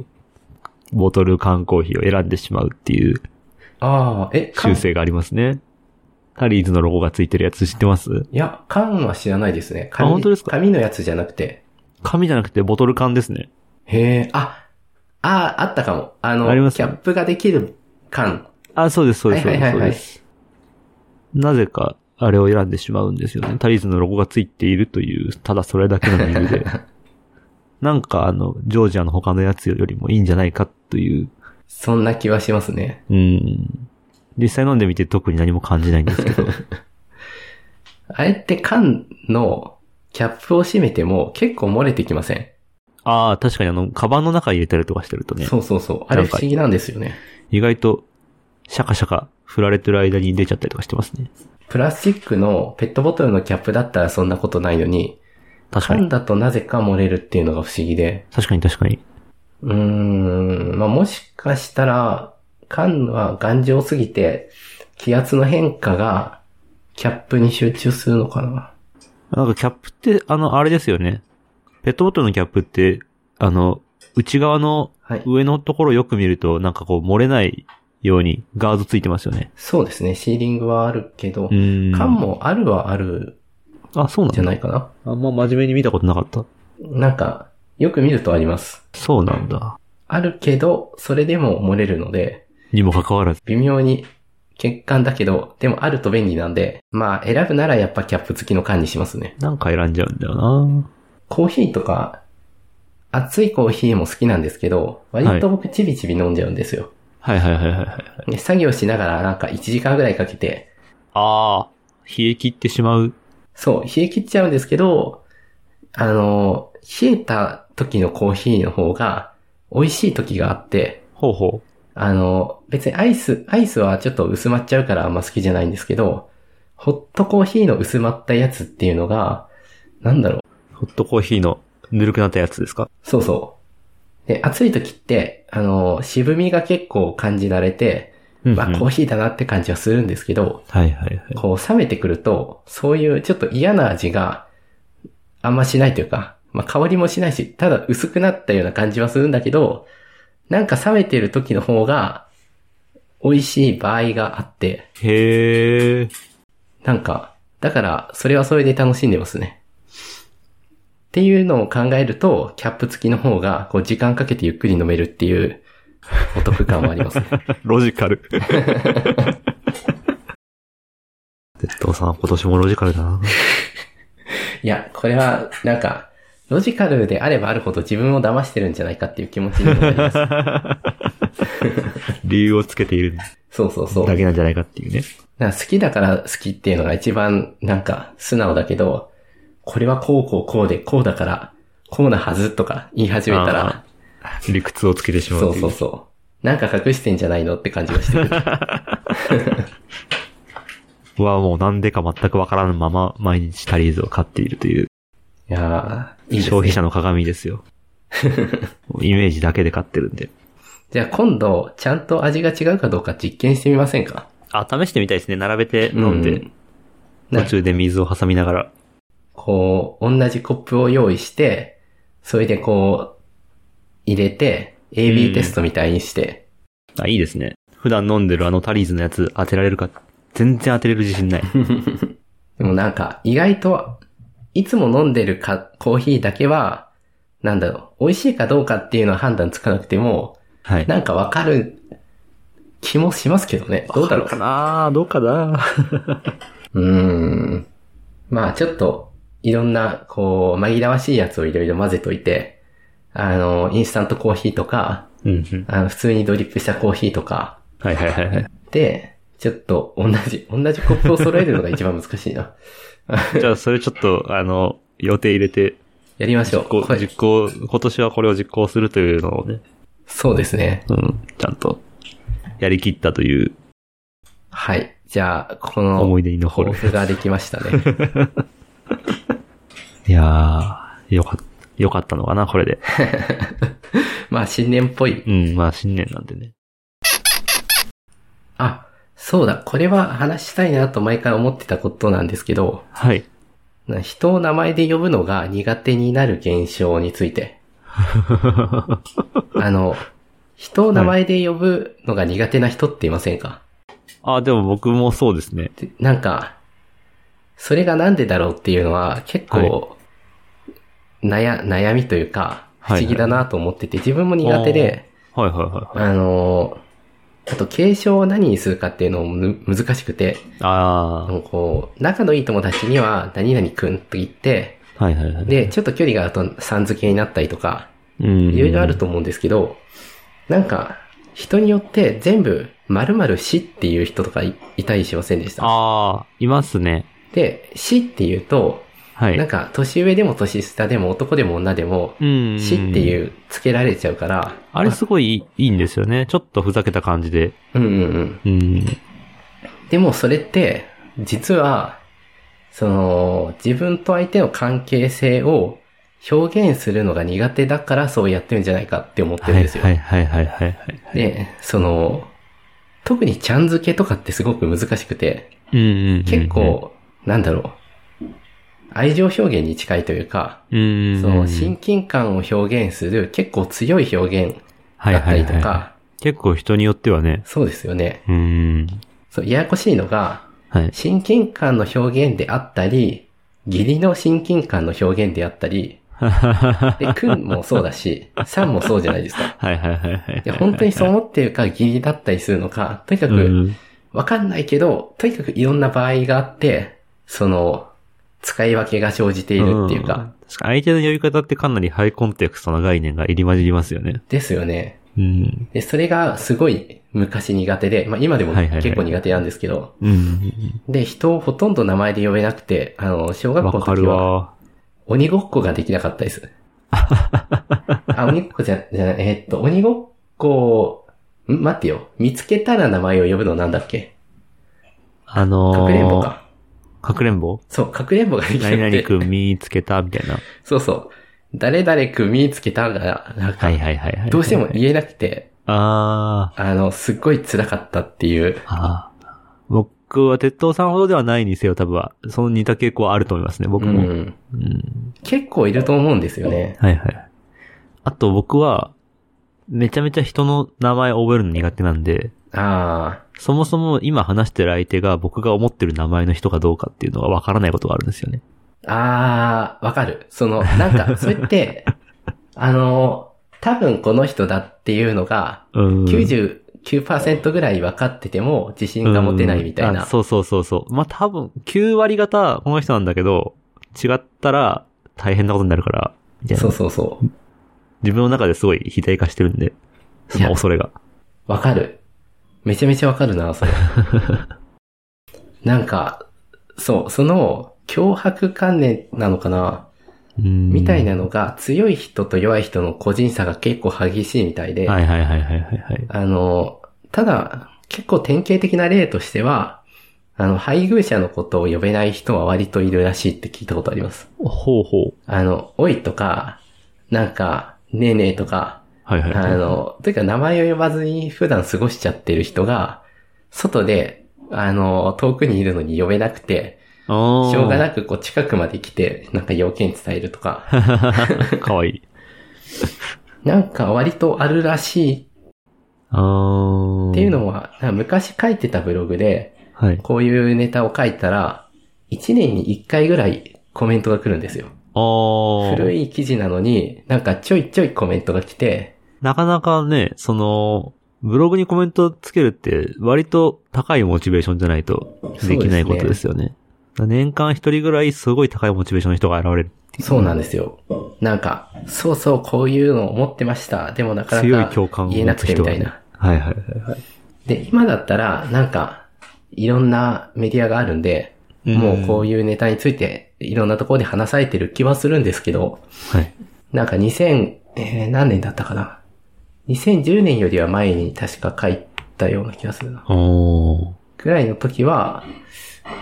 Speaker 1: ボトル缶コーヒーを選んでしまうっていう
Speaker 2: ああ、え、缶
Speaker 1: 習性がありますね。タリーズのロゴがついてるやつ知ってます
Speaker 2: いや、缶は知らないですね。紙
Speaker 1: あ本当ですか
Speaker 2: 紙のやつじゃなくて。
Speaker 1: 紙じゃなくてボトル缶ですね。
Speaker 2: へえ、あ、ああ、あったかも。あの、
Speaker 1: あります
Speaker 2: キャップができる缶。
Speaker 1: あ、そうです、そうです、そう
Speaker 2: はい
Speaker 1: で
Speaker 2: は
Speaker 1: すそ
Speaker 2: いは
Speaker 1: う
Speaker 2: いはい
Speaker 1: です。なぜか、あれを選んでしまうんですよね。タリーズのロゴがついているという、ただそれだけの理由 で。なんか、あの、ジョージアの他のやつよりもいいんじゃないかという。
Speaker 2: そんな気はしますね。
Speaker 1: うん。実際飲んでみて特に何も感じないんですけ ど。
Speaker 2: あれって缶のキャップを閉めても結構漏れてきません。
Speaker 1: ああ、確かにあの、カバンの中入れたりとかしてるとね、
Speaker 2: そうそうそう。あれ
Speaker 1: なん
Speaker 2: 不
Speaker 1: か
Speaker 2: 思議なんですよね。
Speaker 1: 意外と、シャカシャカ振られてる間に出ちゃったりとかしてますね。
Speaker 2: プラスチックのペットボトルのキャップだったらそんなことないのに、
Speaker 1: 確かに
Speaker 2: 缶。だとなぜか漏れるっていうのが不思議で。
Speaker 1: 確かに確かに。
Speaker 2: うーん、まあ、もしかしたら、缶は頑丈すぎて、気圧の変化が、キャップに集中するのかな。
Speaker 1: なんかキャップって、あの、あれですよね。ペットボトルのキャップって、あの、内側の
Speaker 2: はい。
Speaker 1: 上のところをよく見ると、なんかこう漏れないようにガードついてますよね。
Speaker 2: そうですね、シーリングはあるけど
Speaker 1: う、ーん。
Speaker 2: 缶もあるはある
Speaker 1: あ、そうなん
Speaker 2: じゃ
Speaker 1: だ。
Speaker 2: ないかな。
Speaker 1: あんま真面目に見たことなかった。
Speaker 2: なんか、よく見るとあります。
Speaker 1: そうなんだ。
Speaker 2: あるけど、それでも漏れるので、
Speaker 1: にもかかわらず。
Speaker 2: 微妙に欠陥だけど、でもあると便利なんで、まあ選ぶならやっぱキャップ付きの缶にしますね。
Speaker 1: なんか選んじゃうんだよな
Speaker 2: コーヒーとか、熱いコーヒーも好きなんですけど、割と僕チビチビ飲んじゃうんですよ。
Speaker 1: はいはいはいはいはい。
Speaker 2: で作業しながらなんか1時間ぐらいかけて、
Speaker 1: あー、冷え切ってしまう。
Speaker 2: そう、冷え切っちゃうんですけど、あの、冷えた時のコーヒーの方が美味しい時があって、
Speaker 1: ほうほ
Speaker 2: あの、別にアイス、アイスはちょっと薄まっちゃうからあんま好きじゃないんですけど、ホットコーヒーの薄まったやつっていうのが、なんだろう。
Speaker 1: う。ホットコーヒーのぬるくなったやつですか
Speaker 2: そうそう。で、暑い時って、あの、渋みが結構感じられて、
Speaker 1: うんうん
Speaker 2: まあコーヒーだなって感じはするんですけど、
Speaker 1: はいはいはい。
Speaker 2: こう冷めてくると、そういうちょっと嫌な味があんましないというか、まあ香りもしないし、ただ薄くなったような感じはするんだけど、なんか冷めてる時の方が美味しい場合があって、
Speaker 1: へー。
Speaker 2: なんか、だから、それはそれで楽しんでますね。っていうのを考えると、キャップ付きの方が、こう、時間かけてゆっくり飲めるっていう、お得感はありますね。
Speaker 1: ロジカル。鉄道さん、今年もロジカルだな。
Speaker 2: いや、これは、なんか、ロジカルであればあるほど自分を騙してるんじゃないかっていう気持ちにもなり ます。
Speaker 1: 理由をつけている
Speaker 2: そうそうそう。だ
Speaker 1: だ
Speaker 2: か
Speaker 1: けなんじゃないかっていうね。
Speaker 2: ら好きだから好きっていうのが一番、なんか、素直だけど、これはこうこうこうで、こうだから、こうなはずとか言い始めた
Speaker 1: あ
Speaker 2: ら
Speaker 1: ー、理屈をつけてしま
Speaker 2: そう
Speaker 1: って
Speaker 2: う
Speaker 1: いう。
Speaker 2: そうそう。なんか隠してんじゃないのって感じがしてくる。
Speaker 1: はもうなんでか全くわからぬまま毎日タリーズを買っているという
Speaker 2: いやー、いいですね。
Speaker 1: 消費者の鏡です よ。もうイメージだけで買ってるんで。
Speaker 2: じゃあ今度、ちゃんと味が違うかどうか実験してみませんか
Speaker 1: あ、試してみたいですね。並べて飲ん
Speaker 2: う
Speaker 1: で、
Speaker 2: ん
Speaker 1: 途中で水を挟みながら。
Speaker 2: こう、同じコップを用意して、それでこう、入れて、
Speaker 1: うん
Speaker 2: AB テストみたいにして、
Speaker 1: あ、いいですね。普段飲んでるあのタリーズのやつ当てられるか、全然当てれる自 信ない。
Speaker 2: でもなんか、意外と、いつも飲んでるかコーヒーだけは、なんだろう、美味しいかどうかっていうのは判断つかなくても、
Speaker 1: はい。
Speaker 2: なんかわかる気もしますけどね。 どうだろう
Speaker 1: かなどうかな
Speaker 2: うーん。まあちょっと、いろんな、こう、紛らわしいやつをいろいろ混ぜといて、あの、インスタントコーヒーとか、
Speaker 1: うんうん。
Speaker 2: あの、普通にドリップしたコーヒーとか、
Speaker 1: はいはいはいはい。
Speaker 2: で、ちょっと同じ、同じコップを揃えるのが一番難しいな。
Speaker 1: じゃあ、それちょっと、あの、予定入れて、
Speaker 2: やりましょ
Speaker 1: 実
Speaker 2: う。
Speaker 1: 行、
Speaker 2: これ
Speaker 1: 実行、今年はこれを実行するというのをね、
Speaker 2: そうですね。
Speaker 1: うん、ちゃんと、やりきったという
Speaker 2: はい。じゃあ、この、
Speaker 1: 思い出に残る
Speaker 2: 抱。負ができまし たね。
Speaker 1: いやー、よかった、よかったのかな、これで。
Speaker 2: まあ、新年っぽい。
Speaker 1: うん、まあ新年なんでね。
Speaker 2: あ、そうだ。これは話したいなと毎回思ってたことなんですけど、
Speaker 1: はい。
Speaker 2: な人を名前で呼ぶのが苦手になる現象につい て。あの、人を名前で呼ぶのが苦手な人っていませんか、
Speaker 1: あ、でも僕もそうですね。
Speaker 2: でなんか、それがなんでだろうっていうのは結構、悩、悩みというか、不
Speaker 1: はい
Speaker 2: 思議だなと思ってて、自分も苦手で、
Speaker 1: はいはいは
Speaker 2: あの、あと継承を何にするかっていうのもむ難しくて、
Speaker 1: い。あ
Speaker 2: もうこう、仲のいい友達には何々くんと言って、
Speaker 1: ー、はいはいはい。
Speaker 2: で、ちょっと距離があるとさん付けになったりとか、
Speaker 1: うん、
Speaker 2: いろいろあると思うんですけど、なんか、人によって全部、〇〇しっていう人とかいいたりしませんでした。
Speaker 1: あー、いますね。
Speaker 2: で、しっていうと、
Speaker 1: は
Speaker 2: なん
Speaker 1: い。
Speaker 2: か、年上でも年下でも男でも女でも、
Speaker 1: うん。
Speaker 2: しって
Speaker 1: う
Speaker 2: い
Speaker 1: ん。
Speaker 2: う付けられちゃうから、
Speaker 1: あれすごいいいいいんですよね。ちょっとふざけた感じで。
Speaker 2: うんうんうん。
Speaker 1: うん。
Speaker 2: でもそれって、実は、その、自分と相手の関係性を表現するのが苦手だからそうやってるんじゃないかって思ってる
Speaker 1: は
Speaker 2: ん
Speaker 1: い
Speaker 2: ですよ。
Speaker 1: はいはいはいはいはい。
Speaker 2: で、その、特にちゃん付けとかってすごく難しくて、
Speaker 1: うんうんうんうん。
Speaker 2: 結構、なんだろう、愛情表現に近いというか、
Speaker 1: うんうんうん、
Speaker 2: その親近感を表現する結構強い表現だったりと
Speaker 1: はいはいは
Speaker 2: か、
Speaker 1: い、結構人によってはね。
Speaker 2: そうですよね。
Speaker 1: うん。
Speaker 2: そう、ややこしいのが、
Speaker 1: はい。
Speaker 2: 親近感の表現であったり、義理の親近感の表現であったり、で、くんもそうだし、さんもそうじゃないですか。
Speaker 1: はいはいはいはい。
Speaker 2: いや、本当にそう思ってるか義理だったりするのか、とにか
Speaker 1: う
Speaker 2: く、
Speaker 1: ん。
Speaker 2: わかんないけど、とにかくいろんな場合があって、その、使い分けが生じているっていうか、
Speaker 1: ん確かに相手の呼び方ってかなりハイコンテクストな概念が入り混じりますよね。
Speaker 2: ですよね。
Speaker 1: うん。
Speaker 2: で、それがすごい昔苦手で、まあ今でも
Speaker 1: はいはいはい
Speaker 2: 結構苦手なんですけど、
Speaker 1: うん。
Speaker 2: で、人をほとんど名前で呼べなくて、あの、小学校
Speaker 1: わ
Speaker 2: の
Speaker 1: か
Speaker 2: 時
Speaker 1: る
Speaker 2: は、
Speaker 1: わ。
Speaker 2: 鬼ごっこができなかっ たです。あ、鬼ごっこじゃ、じゃない、えーっと、鬼ごっこを、ん待ってよ。見つけたら名前を呼ぶのなんだっけ
Speaker 1: あのー、
Speaker 2: かくれんぼ。か。
Speaker 1: かくれんぼ
Speaker 2: そう、かくれんぼができな
Speaker 1: 何
Speaker 2: く
Speaker 1: 々
Speaker 2: て。
Speaker 1: くん見つけたみたいな。
Speaker 2: そうそう。誰々くん見つけたが、なんか、
Speaker 1: はいはいはいはい。
Speaker 2: どうしても言えなくて、
Speaker 1: あ
Speaker 2: あの、すっごい辛かったっていう
Speaker 1: ー。。あー僕は鉄塔さんほどではないにせよ多分は、その似た傾向はあると思いますね、僕
Speaker 2: う
Speaker 1: も。
Speaker 2: ん。
Speaker 1: うん
Speaker 2: 結構いると思うんですよね。
Speaker 1: はいはい。あと僕は、めちゃめちゃ人の名前を覚えるの苦手なんで、
Speaker 2: あ
Speaker 1: そもそも今話してる相手が僕が思ってる名前の人かどうかっていうのがわからないことがあるんですよね。
Speaker 2: ー、あー、わかる。その、なんか、 それって、あの、多分この人だっていうのが、
Speaker 1: うん。
Speaker 2: 99%ぐらい分かってても自信が持てないみたい
Speaker 1: うんあ
Speaker 2: な。
Speaker 1: そうそうそうそう。まあ、多分、9割方この人なんだけど、違ったら大変なことになるから、みたいな。
Speaker 2: そうそうそう。
Speaker 1: 自分の中ですごい肥大化してるんで、そ
Speaker 2: いや
Speaker 1: の恐れが。
Speaker 2: 分かる。めちゃめちゃ分かるな、 それ。なんか、そう、その、脅迫観念なのかなみ
Speaker 1: み
Speaker 2: たい。なのが、強い人と弱い人の個人差が結構激しいみたいで、
Speaker 1: はいはいはいはいはいはい。
Speaker 2: あの、ただ、結構典型的な例としては、あの、配偶者のことを呼べない人は割といるらしいって聞いたことあります。
Speaker 1: ほうほう。
Speaker 2: あの、おいとか、なんか、ねえねえとか、
Speaker 1: はいはい。
Speaker 2: あの、というか名前を呼ばずに普段過ごしちゃってる人が、外で、あの、遠くにいるのに呼べなくて、
Speaker 1: あ
Speaker 2: し
Speaker 1: ー
Speaker 2: ょうがなくこう近くまで来て、なんか要件伝えるとか、
Speaker 1: かわいい。
Speaker 2: なんか割とあるらしい
Speaker 1: あー
Speaker 2: っていうのは、なんか昔書いてたブログで、
Speaker 1: はい。
Speaker 2: こういうネタを書いたら、1年に1回ぐらいコメントが来るんですよ。
Speaker 1: あー
Speaker 2: 古い記事なのに、なんかちょいちょいコメントが来て、
Speaker 1: なかなかね、その、ブログにコメントつけるって、割と高いモチベーションじゃないとできないことですよね。年間一人ぐらいすごい高いモチベーションの人が現れる。
Speaker 2: そうなんですよ。なんか、そうそう、こういうのを持ってました。でもなか
Speaker 1: 強い
Speaker 2: な
Speaker 1: 共
Speaker 2: か
Speaker 1: 感を
Speaker 2: 言え
Speaker 1: 持
Speaker 2: な
Speaker 1: つ
Speaker 2: くて
Speaker 1: 人
Speaker 2: み
Speaker 1: が
Speaker 2: た
Speaker 1: い
Speaker 2: い
Speaker 1: る
Speaker 2: な。。
Speaker 1: はいはいはいはい。
Speaker 2: で、今だったら、なんか、いろんなメディアがあるんで、
Speaker 1: うん
Speaker 2: もうこういうネタについて、いろんなところで話されてる気はするんですけど、
Speaker 1: はい。
Speaker 2: なんか2000、えー何年だったかな。2010年よりは前に確か書いたような気がするな。
Speaker 1: おー。
Speaker 2: ぐらいの時は、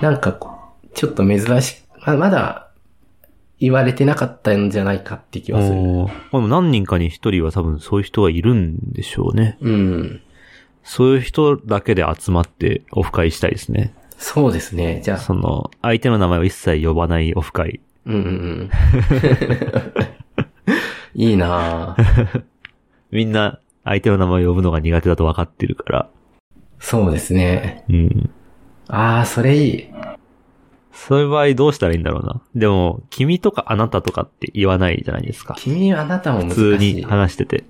Speaker 2: なんかこう、ちょっと珍しく、ままだ言われてなかったんじゃないかって気はする。
Speaker 1: おーまあでも何人かに一人は多分そういう人はいるんでしょうね。
Speaker 2: うん。
Speaker 1: そういう人だけで集まってオフ会したいですね。
Speaker 2: そうですね。じゃあ、
Speaker 1: その、相手の名前を一切呼ばないオフ会。
Speaker 2: うんう んうん。いいなぁ。
Speaker 1: みんな相手の名前を呼ぶのが苦手だと分かってるから。
Speaker 2: そうですね。
Speaker 1: うん。
Speaker 2: ああ、それいい。
Speaker 1: そういう場合どうしたらいいんだろうな。でも、君とかあなたとかって言わないじゃないですか。
Speaker 2: 君、あなたも難
Speaker 1: 普通
Speaker 2: しい。
Speaker 1: に話してて。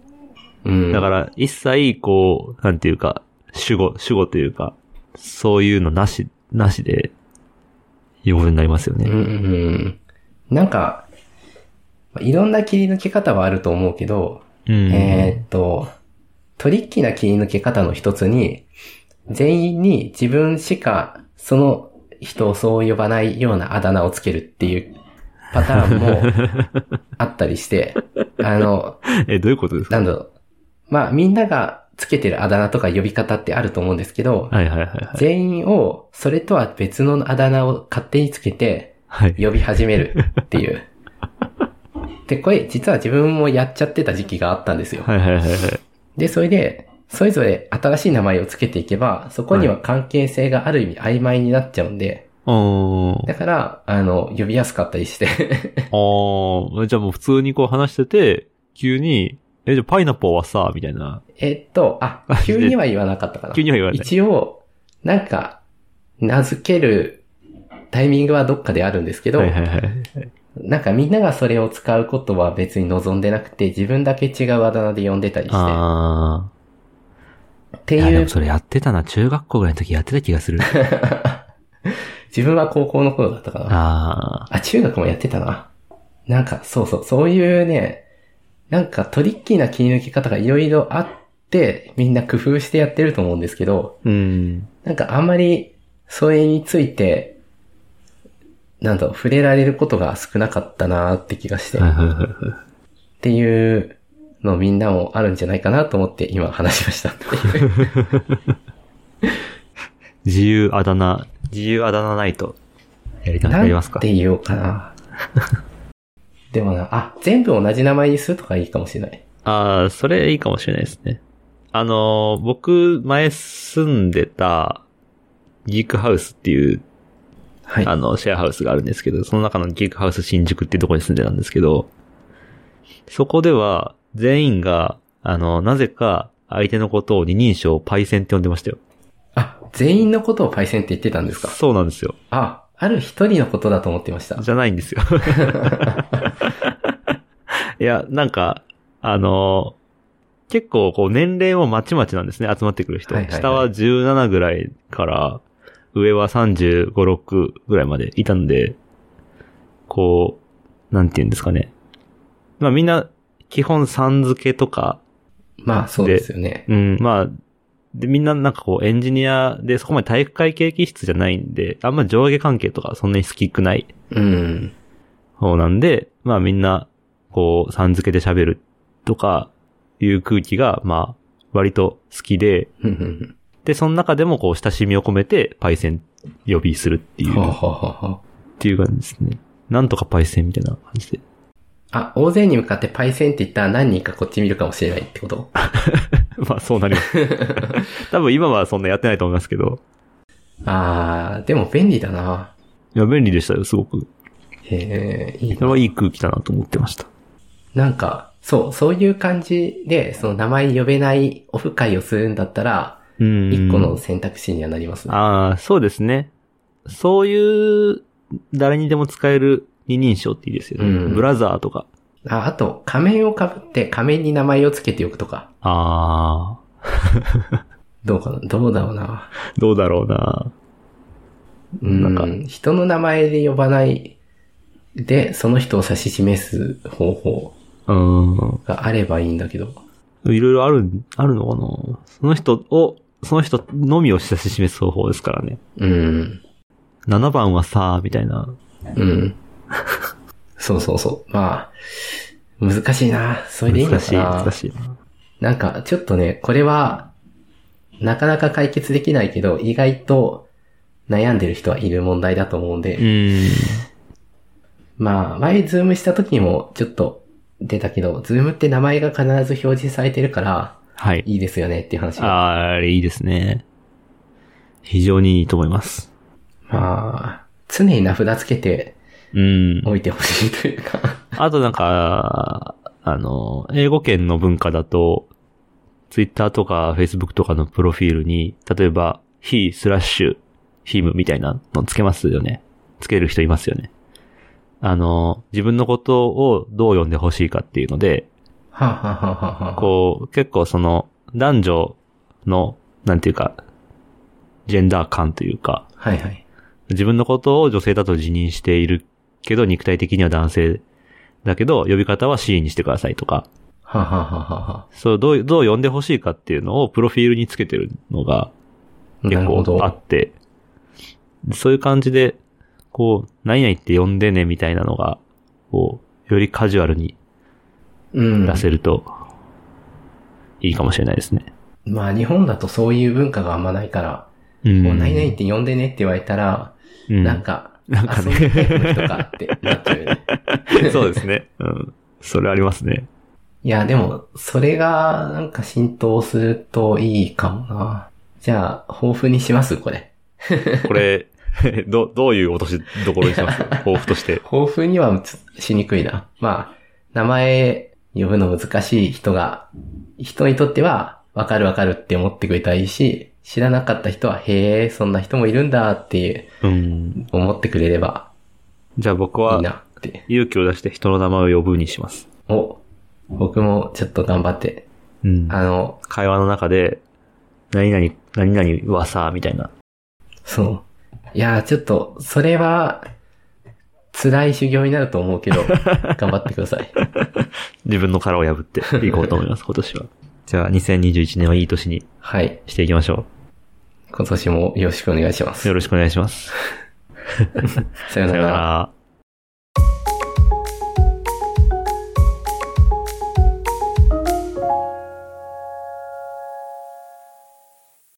Speaker 2: うん。
Speaker 1: だから、一切こう、なんていうか、主語、主語というか、そういうのなし、なしで、呼ぶになりますよ
Speaker 2: うん
Speaker 1: ね。
Speaker 2: うんうん。なんか、まあいろんな切り抜け方はあると思うけど、
Speaker 1: うん。
Speaker 2: えーっと、トリッキーな切り抜け方の一つに、全員に自分しかその人をそう呼ばないようなあだ名をつけるっていうパターンも あったりして、あの、
Speaker 1: え、どういうことですか
Speaker 2: なんだろう。まあみんながつけてるあだ名とか呼び方ってあると思うんですけど、
Speaker 1: はいはいはいはい。
Speaker 2: 全員をそれとは別のあだ名を勝手につけて
Speaker 1: はい。
Speaker 2: 呼び始めるって いう。で、これ実は自分もやっちゃってた時期があったんですよ。
Speaker 1: はいはいはいはい。
Speaker 2: で、それで、それぞれ新しい名前をつけていけば、そこには関係性がある意味曖昧になっちゃうんで、
Speaker 1: おー
Speaker 2: だから、あの、呼びやすかったりして、
Speaker 1: あーじゃあもう普通にこう話してて、急に、え、じゃあパイナップルはさ、みたいな。
Speaker 2: えっと、あ、急には言わなかったかな。
Speaker 1: 急には言わない。
Speaker 2: 一応、なんか、名付けるタイミングはどっかであるんですけど、
Speaker 1: はいはいはい。
Speaker 2: なんかみんながそれを使うことは別に望んでなくて、自分だけ違うあだ名で呼んでたりして、
Speaker 1: あ
Speaker 2: って
Speaker 1: ーいや
Speaker 2: い
Speaker 1: で
Speaker 2: う
Speaker 1: も、それやってたな。中学校ぐらいの時やってた気がす る。
Speaker 2: 自分は高校の頃だったかな。
Speaker 1: あ
Speaker 2: あ、中学もやってたな。なんか、そうそう、そういうね、なんかトリッキーな切り抜け方がいろいろあって、みんな工夫してやってると思うんですけど、
Speaker 1: ーうん。
Speaker 2: なんかあんまり、それについて、なんだろう、触れられることが少なかったなーって気がして、
Speaker 1: はい
Speaker 2: っ
Speaker 1: はいはいはい。
Speaker 2: ていうのみんなもあるんじゃないかなと思って今話しま したっていう。
Speaker 1: 自由あだ名、自由あだ名ナイト。やりた、
Speaker 2: ない
Speaker 1: やりますか
Speaker 2: ん。て言おうかな。 でもな、あ、全部同じ名前にするとかいいかもしれない。
Speaker 1: ああ、それいいかもしれないですね。あのー、僕、前住んでた、ギークハウスっていう、
Speaker 2: はい。
Speaker 1: あの、シェアハウスがあるんですけど、その中のギークハウス新宿っていうところに住んでたんですけど、そこでは、全員が、あの、なぜか、相手のことを二人称パイセンって呼んでましたよ。
Speaker 2: あ、全員のことをパイセンって言ってたんですか
Speaker 1: そうなんですよ。
Speaker 2: あ、ある一人のことだと思ってました。
Speaker 1: じゃないんです よ。いや、なんか、あのー結構こう年齢もまちまちなんですね、集まってくる人。
Speaker 2: はいはいはい
Speaker 1: 下は17ぐらいから、上は35、6ぐらいまでいたんで、こう、なんて言うんですかね。まあみんな、基本さん付けとか、
Speaker 2: まあ、そうですよね。
Speaker 1: うん、まあ、で、みんななんかこうエンジニアでそこまで体育会系気質じゃないんで、あんま上下関係とかそんなに好きくない
Speaker 2: うん。
Speaker 1: そうなんで、まあみんな、こう、さん付けで喋るとか、いう空気が、まあ、割と好きで、
Speaker 2: ふんふん
Speaker 1: で、その中でもこう、親しみを込めて、パイセン呼びするって
Speaker 2: ふ
Speaker 1: い
Speaker 2: ん
Speaker 1: う、
Speaker 2: ほう
Speaker 1: っ
Speaker 2: ほうほうほう
Speaker 1: ていう感じですね。なんとかパイセンみたいな感じで。
Speaker 2: あ、大勢に向かってパイセンって言ったら何人かこっち見るかもしれないってこと
Speaker 1: まあそうなります。 多分今はそんなやってないと思いますけど、
Speaker 2: あー、でも便利だな。
Speaker 1: いや、便利でしたよ、すごく。
Speaker 2: へー、いい
Speaker 1: それ
Speaker 2: な。
Speaker 1: はいい空気だなと思ってました。
Speaker 2: なんか、そう、そういう感じで、その名前呼べないオフ会をするんだったら、
Speaker 1: うん。
Speaker 2: 一個の選択肢にはなりますね。
Speaker 1: ああ、そうですね。そういう、誰にでも使える二人称っていいですよね。
Speaker 2: うん
Speaker 1: ブラザーとか。
Speaker 2: あ、あと、仮面を被って仮面に名前をつけておくとか。
Speaker 1: ああ。
Speaker 2: どうかなどうだろうな。
Speaker 1: どうだろうな。
Speaker 2: な
Speaker 1: なんか
Speaker 2: んか、人の名前で呼ばないで、その人を指し示す方法
Speaker 1: うん。
Speaker 2: があればいいんだけど。
Speaker 1: いろいろある、あるのかなその人を、その人のみを指し示す方法ですからね。
Speaker 2: うん。
Speaker 1: 7番はさ、みたいな。
Speaker 2: うん。そうそうそう。まあ、難しいな。それでいいの
Speaker 1: 難
Speaker 2: か
Speaker 1: しい、
Speaker 2: な。
Speaker 1: 難しいな。
Speaker 2: なんか、ちょっとね、これは、なかなか解決できないけど、意外と悩んでる人はいる問題だと思うんで、
Speaker 1: うん。
Speaker 2: まあ、前ズームした時にもちょっと出たけど、ズームって名前が必ず表示されてるから、
Speaker 1: はい。
Speaker 2: いいですよねっていう話
Speaker 1: あー
Speaker 2: が。
Speaker 1: あれいいですね。非常にいいと思います。
Speaker 2: まあ、常に名札つけて
Speaker 1: うん。
Speaker 2: おいてほしいというか。
Speaker 1: あとなんか、あの、英語圏の文化だと、ツイッターとかフェイスブックとかのプロフィールに、例えば、he スラッシュ him みたいなのつけますよね。つける人いますよね。あの、自分のことをどう読んでほしいかっていうので、
Speaker 2: はあ、はあはあはあ、
Speaker 1: こう、結構その、男女の、なんていうか、ジェンダー感というか、
Speaker 2: はいはい。
Speaker 1: 自分のことを女性だと自認しているけど、肉体的には男性だけど、呼び方は C にしてくださいとか、
Speaker 2: はあ、はあはあはあ、
Speaker 1: そう、どう、どう呼んでほしいかっていうのをプロフィールにつけてるのが
Speaker 2: な
Speaker 1: 結
Speaker 2: るほ
Speaker 1: 構あ
Speaker 2: ど。
Speaker 1: って、そういう感じで、こう、何々って呼んでねみたいなのが、こう、よりカジュアルに
Speaker 2: うん
Speaker 1: 出。せると、いいかもしれないですね。
Speaker 2: まあ、日本だとそういう文化があんまないから、
Speaker 1: うん。
Speaker 2: もう何々って呼んでねって言われたら、
Speaker 1: うん
Speaker 2: なんか、
Speaker 1: なんかね
Speaker 2: 遊びタイプの人かってなっちゃう よ ね。
Speaker 1: そうですね。うん。それありますね。
Speaker 2: いや、でも、それが、なんか浸透するといいかもな。じゃあ、豊富にしますこれ。
Speaker 1: これ、 ど、どういう落としどころにします抱負として。
Speaker 2: 豊富にはしにくいな。まあ、名前呼ぶの難しい人が、人にとっては、わかるわかるって思ってくれたらいいし、知らなかった人は、へえ、そんな人もいるんだって
Speaker 1: うん。
Speaker 2: 思ってくれれば
Speaker 1: じゃあ僕
Speaker 2: いい
Speaker 1: は、
Speaker 2: なって。
Speaker 1: 勇気を出して人の名前を呼ぶにします。
Speaker 2: お、僕もちょっと頑張って。
Speaker 1: うん
Speaker 2: あの、
Speaker 1: 会話の中で、何々、何々はさ、みたいな。
Speaker 2: そう。いやー、ちょっと、それは、辛い修行になると思うけど、頑張ってください。
Speaker 1: 自分の殻を破っていこうと思い ます、今年は。じゃあ、2021年はいい年に
Speaker 2: はい。
Speaker 1: していきましょ
Speaker 2: 今年もよろしくお願いしま
Speaker 1: う。
Speaker 2: す
Speaker 1: よ。ろしくお願いします。
Speaker 2: さよう
Speaker 1: さ
Speaker 2: な
Speaker 1: よな
Speaker 2: ら。
Speaker 1: ら。